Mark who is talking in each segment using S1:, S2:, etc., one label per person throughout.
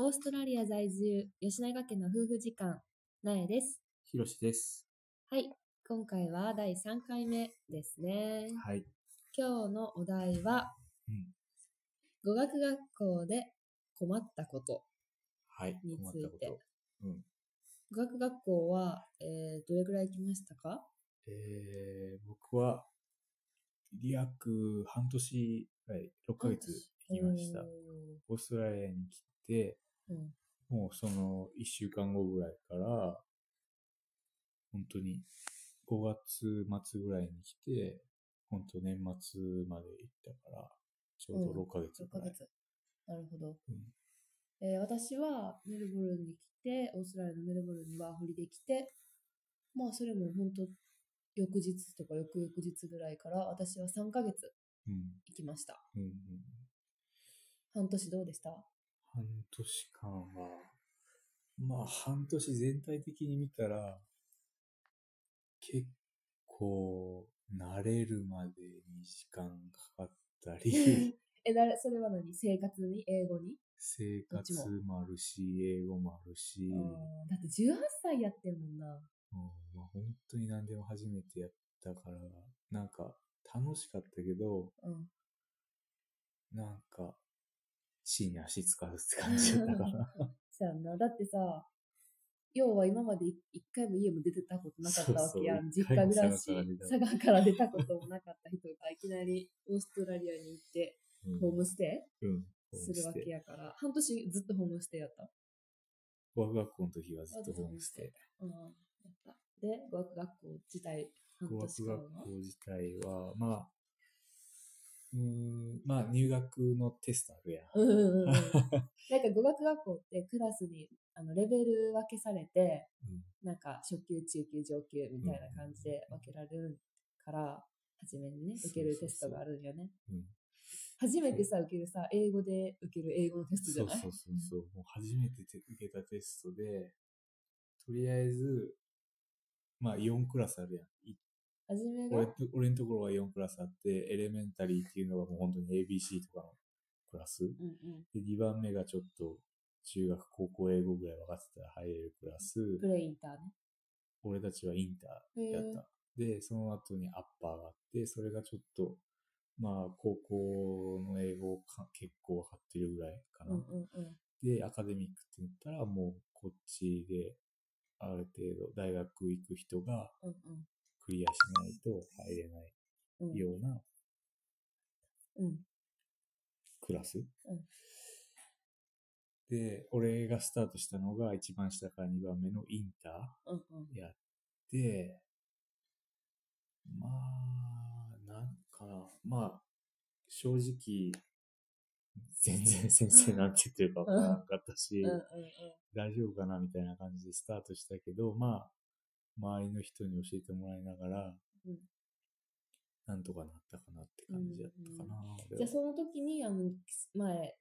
S1: オーストラリア在住、吉永家の夫婦時間、なえです。
S2: ひろしです。
S1: はい、今回は第3回目ですね。
S2: はい。
S1: 今日のお題は、
S2: うん
S1: 語学学校で困ったこと。
S2: はい。
S1: に
S2: 困っ
S1: つい
S2: た
S1: て
S2: こと。うん。
S1: 語学学校は、えーどれぐらい来ましたか
S2: えー、僕は、約半年ぐらい、6ヶ月行きました
S1: おー。
S2: オーストラリアに来て、
S1: うん
S2: もうその1週間後ぐらいから、本当に5月末ぐらいに来て、本当年末まで行ったから、ちょうど6ヶ月
S1: 6
S2: ぐ
S1: ヶ
S2: らい。
S1: 月。なるほど。
S2: うん
S1: えー私はメルボルンに来て、オーストラリアのメルボルンにワーホリで来て、まあそれも本当翌日とか翌々日ぐらいから私は3ヶ月
S2: うん。
S1: 行きました。
S2: うん。うん
S1: 半年どうでした
S2: 半年間は、まあ半年全体的に見たら、結構慣れるまでに時間かかったり、
S1: え、だれそれは何生活に英語に、
S2: 生
S1: どっち
S2: 活
S1: も
S2: もあるし、英語もあるし、
S1: あーだって18歳やってるもんな。
S2: うんまあ、本当に何でも初めてやったから、なんか楽しかったけど、
S1: うん。
S2: なんか、地に足つかずって感じだったから。
S1: そやんな。だってさ、要は今まで一回も家も出てたことなかったわけやん。
S2: そうそう
S1: 実家暮らし、
S2: 一回も
S1: 佐賀から出たこともなかった人がいきなりオーストラリアに行って
S2: うん
S1: ホームステ
S2: うん。
S1: イするわけ
S2: や。
S1: やから。半年ずっとホームステイやった。
S2: 語学学校の時はずっとホームステイ。
S1: うん。やったで、語学学校自体半
S2: 語
S1: 年
S2: 学
S1: 間
S2: 学
S1: は
S2: 校。自体は、まあ、うーん、まあ入学のテストあるやん。
S1: うんうんうんうん。なんか語学学校ってクラスにあのレベル分けされて、
S2: うん
S1: なんか初級、中級、上級みたいな感じで分けられるから、初めにね、受けるテストがあるんよね。
S2: うん
S1: 初めてさ、受けるさ、英語で受ける英語のテストじ
S2: そ
S1: ゃ
S2: う
S1: ない
S2: そうそうそう。もう初めてて受けたテストで、とりあえず、まあ4クラスあるやん。い
S1: 初め
S2: 俺
S1: が
S2: と、俺のところは4クラスあって、エレメンタリーっていうのはもう本当に ABC とかのクラス。
S1: うんうん。
S2: で、2番目がちょっと中学、高校、英語ぐらい分かってたら入れるクラス。
S1: プレインターね。
S2: 俺たちはインター。やった。で、その後にアッパーがあって、それがちょっと、まあ、高校の英語か結構わかってるぐらいか
S1: うん
S2: な。
S1: うんうん。
S2: で、アカデミックって言ったら、もうこっちで、ある程度、大学行く人が
S1: うん
S2: クリアしないと入れない
S1: うん。うん
S2: ような
S1: うん。
S2: クラス。
S1: うん
S2: で、俺がスタートしたのが、一番下から2番目のインター。
S1: うんうん。
S2: やって、まあ、なんかな、まあ、正直、全然先生なんて言ってるかわからなかったし
S1: うん、うん
S2: 大丈夫かなみたいな感じでスタートしたけど、まあ、周りの人に教えてもらいながら
S1: うん、
S2: なんとかなったかなって感じだったかな。
S1: うん。
S2: 俺
S1: じゃ
S2: は
S1: あその時に、あの、前、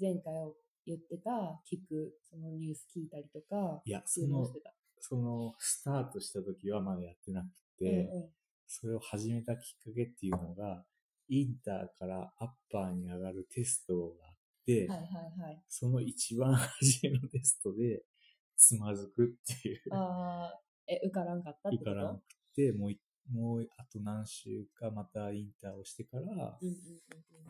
S1: 前回を言ってた、聞く、そのニュース聞いたりとか、
S2: いや、そ
S1: 注文
S2: の
S1: し、てた。
S2: その、スタートした時はまだやってなく
S1: うん
S2: て、それを始めたきっかけっていうのが、インターからアッパーに上がるテストがあって、
S1: うん。はいはいはい。
S2: その一番初めのテストで、つまずくっていう、
S1: ああ、え、受からんかったって
S2: 受
S1: こと
S2: からなくて、もうい、もう、あと何週かまたインターをしてから、
S1: うん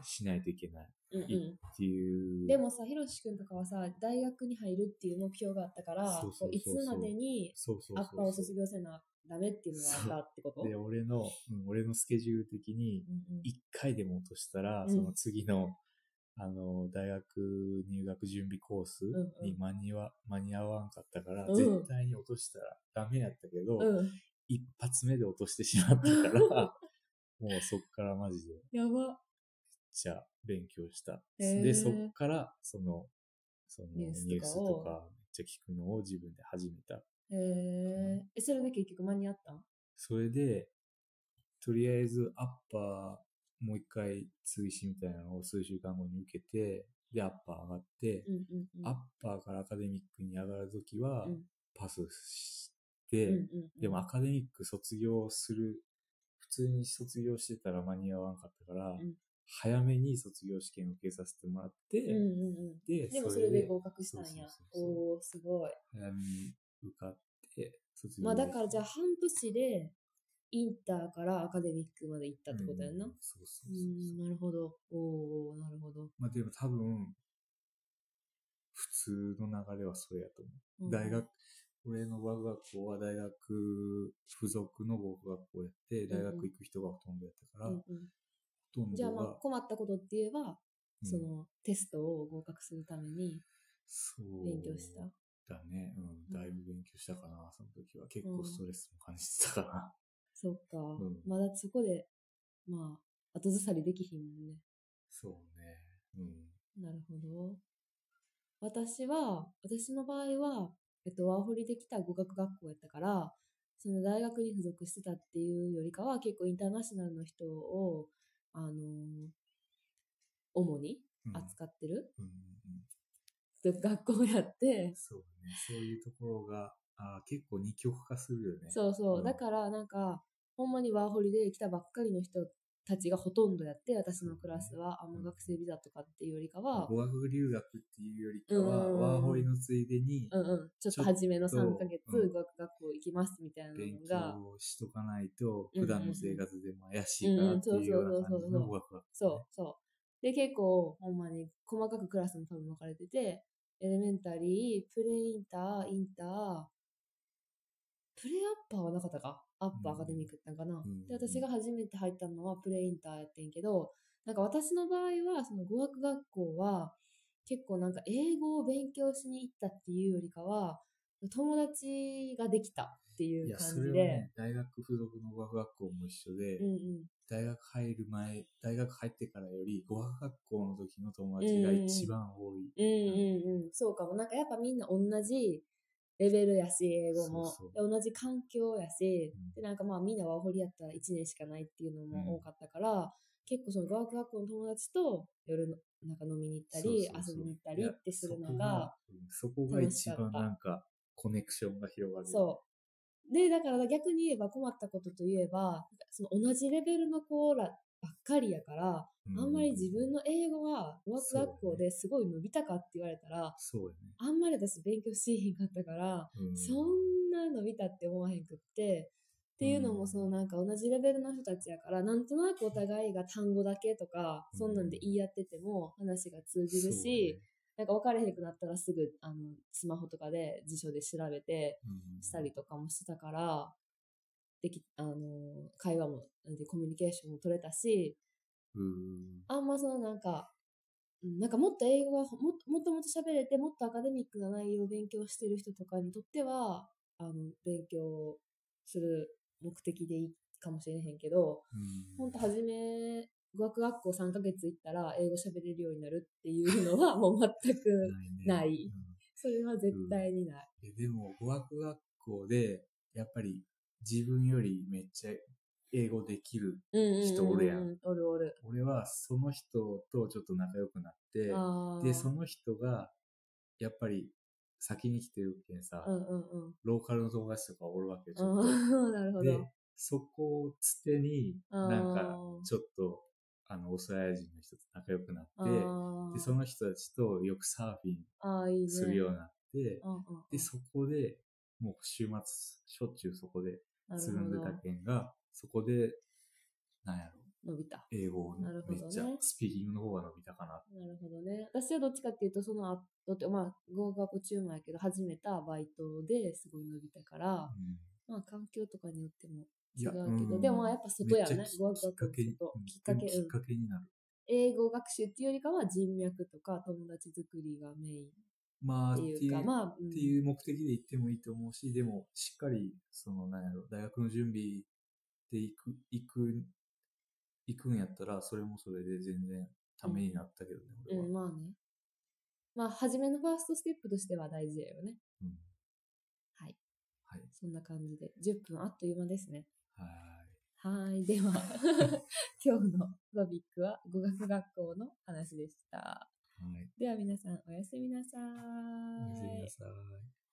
S2: しないといけない
S1: うんうんうん。うんうん
S2: っていう。
S1: でもさ、ひろしくんとかはさ、大学に入るっていう目標があったから、
S2: そうそうそうそう
S1: こういつまでに
S2: そうそうそうそう。
S1: アッパーを卒業せなダメっていうのがあったってこと
S2: で、俺の、うん俺のスケジュール的に、
S1: うんうん
S2: 一回でも落としたら、
S1: うん
S2: その次の、あの、大学入学準備コース
S1: んうん
S2: に間に合わ,、間に合わんかったから、
S1: うん
S2: 絶対に落としたらダメやったけど、
S1: うん。
S2: 一発目で落としてしまっ たから、もうそっからマジで、
S1: やば。
S2: じゃあ勉強した。
S1: へー
S2: で、そっから、その、その
S1: ニ
S2: ニ
S1: ュ
S2: ュ
S1: ー
S2: ー
S1: スとかを
S2: スとかめっちゃ聞くのを自分で始めた。
S1: へえ。え、それで結局間に合ったん
S2: それで、とりあえずアッパーもう一回追試みたいなのを数週間後に受けて、で、アッパー上がって、
S1: うんうんうん。
S2: アッパーからアカデミックに上がるときは
S1: うん
S2: パスし
S1: う
S2: て、
S1: んうんうん
S2: でもアカデミック卒業する、普通に卒業してたら間に合わんかったから、
S1: ん
S2: 早めに卒業試験を受けさせてもらって、
S1: うんうんうん。
S2: で
S1: でもそれで合格したんや
S2: そう。そうそうそう
S1: おおーすごい。
S2: 早めに受かって、卒業
S1: まあだからじゃあ
S2: し
S1: 半年でインターからアカデミックまで行った
S2: た
S1: ってことやんな。
S2: う
S1: うん
S2: そうそうそうそう。
S1: ん、なるほど。おおなるほど。
S2: まあでも多分、普通の流れはそれやと思
S1: うん
S2: う。大学、俺の我が校は大学付属の語学校やって、大学行く人がほとんどやったから、
S1: うんう
S2: ほ
S1: ん
S2: とん
S1: じゃあ
S2: ど
S1: まあ
S2: が、
S1: 困ったことって言えば、
S2: うん
S1: そのテストを合格するために
S2: そう。
S1: 勉強した。
S2: だね。うん。だいぶ勉強したかな、その時は。結構ストレスも感じてたかな。
S1: そっか、
S2: ん
S1: まだそこで、まあ、後ずさりできひんもんね。
S2: そうね。うん。
S1: なるほど。私は、私の場合は、えっと、ワーホリで来た語学学校やったから、その大学に付属してたっていうよりかは、結構インターナショナルの人を、あのー主に
S2: うん
S1: 扱ってる、
S2: うんうん
S1: 学校やって
S2: うん、そうね。そういうところが、あー結構二極化するよね。
S1: そうそう、
S2: うん
S1: だからなんかほんまにワーホリで来たばっかりの人たちがほとんどやって私のクラスはあんま学生ビザとかっていうよりかは、
S2: 語学留学っていうよりかは、
S1: うん
S2: ワーホリのついでに
S1: うんうん、ちょっと初めの
S2: ちょっ
S1: 3
S2: と
S1: ヶ月
S2: うん
S1: 語学学校行きますみたいなの
S2: 勉
S1: が、
S2: 強しとかないと、
S1: うん
S2: 普段の生活でも怪しいかなっていうような感じの語学学
S1: そうそうで結構ほんまに細かくクラスも多分分かれててエレメンタリープレインターインタープレアッパーはなかったかアッパーア
S2: うん
S1: カデミックやったんかな、
S2: うん
S1: で私が初めて入ったのはプレインターやってんけどなんか私の場合はその語学学校は結構なんか英語を勉強しに行ったっていうよりかは友達ができたってい
S2: いうや、
S1: 感
S2: そ
S1: じ
S2: れ
S1: で、
S2: はね、大学付属の語学学校も一緒で、
S1: うんうん、
S2: 大学入る前、大学入ってからより、語学学校の時の友達が一番多い。
S1: うんうんうん、そうかも。なんかやっぱみんな同じレベルやし、英語も。
S2: そう
S1: で同じ環境やし、
S2: う
S1: で、
S2: ん
S1: なんかまあみんなワーホリやったら1年しかないっていうのも多かったから、結構その語学学校の友達と夜のなんか飲みに行ったり、
S2: そうそうそう
S1: 遊びに行ったりってするのが、、
S2: いやそこがうんそこが一番なんか、コネクションが広がる。
S1: そう。で、だから逆に言えば困ったことといえば、その同じレベルの子らばっかりやから、
S2: う
S1: あんまり自分の英語が語学学校ですごい伸びたかって言われたら、
S2: そうやね。
S1: あんまり私勉強しへんかったから、
S2: うん
S1: そんなの見たって思わへんくって、っていうの
S2: う
S1: も
S2: ん
S1: そのなんか同じレベルの人たちやから、なんとなくお互いが単語だけとか、
S2: うん
S1: そんなんで言い合ってても話が通じるし、、なんか分かれへんくなったらすぐあのスマホとかで辞書で調べて
S2: そうやねうん
S1: したりとかもしてたから、でき、あの、会話も、コミュニケーションも取れたし、
S2: うん
S1: あんまそのなんか、うんなんかもっと英語がもっともっともっと喋れて、もっとアカデミックな内容を勉強してる人とかにとっては、あの、勉強する目的でいいかもしれへんけど、
S2: うん
S1: ほんと初め、語学学校3ヶ月行ったら英語喋れるようになるっていうのはもう全く、
S2: ない,、
S1: ない
S2: うん
S1: それは絶対にない。
S2: えでも、語学学校で、やっぱり自分よりめっちゃ英語できる。
S1: うんうんうんうん
S2: 人おるやん。
S1: おるおる。
S2: 俺はその人とちょっと仲良くなって、
S1: あー
S2: で、その人が、やっぱり先に来てるけんさ、
S1: うんうんうん。
S2: ローカルの友達とかおるわけよ、ちょっ
S1: あーなる
S2: と。
S1: ほ
S2: で
S1: ど。、
S2: そこをつてに、
S1: あー
S2: なんか、ちょっと、あの、オーストラリア人の人と仲良くな
S1: あ
S2: って、で、そ
S1: の、
S2: の人たちとよくサーフィ
S1: あーいいね。
S2: ンするようになって、
S1: うんうんうん
S2: で、そこで、もう週末、しょっちゅうそこで
S1: なる
S2: つるんで
S1: ほ
S2: た
S1: ど
S2: けんが、そこで、なんやろ、
S1: 伸びた。
S2: 英語を
S1: なるほ
S2: め
S1: どね
S2: っちゃ、スピーキングの方が伸びたかな。
S1: なるほどね。私はどっちかっていうと、その後って、まあ、語学学校中もやけど、始めたバイトですごい伸びたから、
S2: うん
S1: まあ、環境とかによっても
S2: い
S1: 違
S2: や
S1: うけど、
S2: うん
S1: でもやっぱ外や
S2: め
S1: ね
S2: っちゃ。き
S1: 語学学校の
S2: きっか
S1: 外。
S2: け、
S1: きっかけ、
S2: きっ
S1: うん。
S2: かけになる。
S1: 英語学習っていうよりかは人脈とか友達作りがメイ
S2: ま
S1: ン
S2: あ、っ
S1: っててい
S2: いう
S1: か、
S2: う、っ
S1: まあ、うん
S2: ていう目的で行ってもいいと思うし、でも、しっかり、その、なんやろ、大学の準備で行く、行く、行くんやったら、それもそれで全然ためになったけどね、俺は
S1: うん、。まあね。まあ、初めのファーストステップとしては大事だよね。
S2: うん
S1: はい。
S2: はい。
S1: そんな感じで、10分あっという間ですね。
S2: は
S1: はーい。では、 今日のトピックは語学学校の話でした。
S2: ーい。はい。
S1: では皆さんおやすみなさー
S2: おやすみなさい。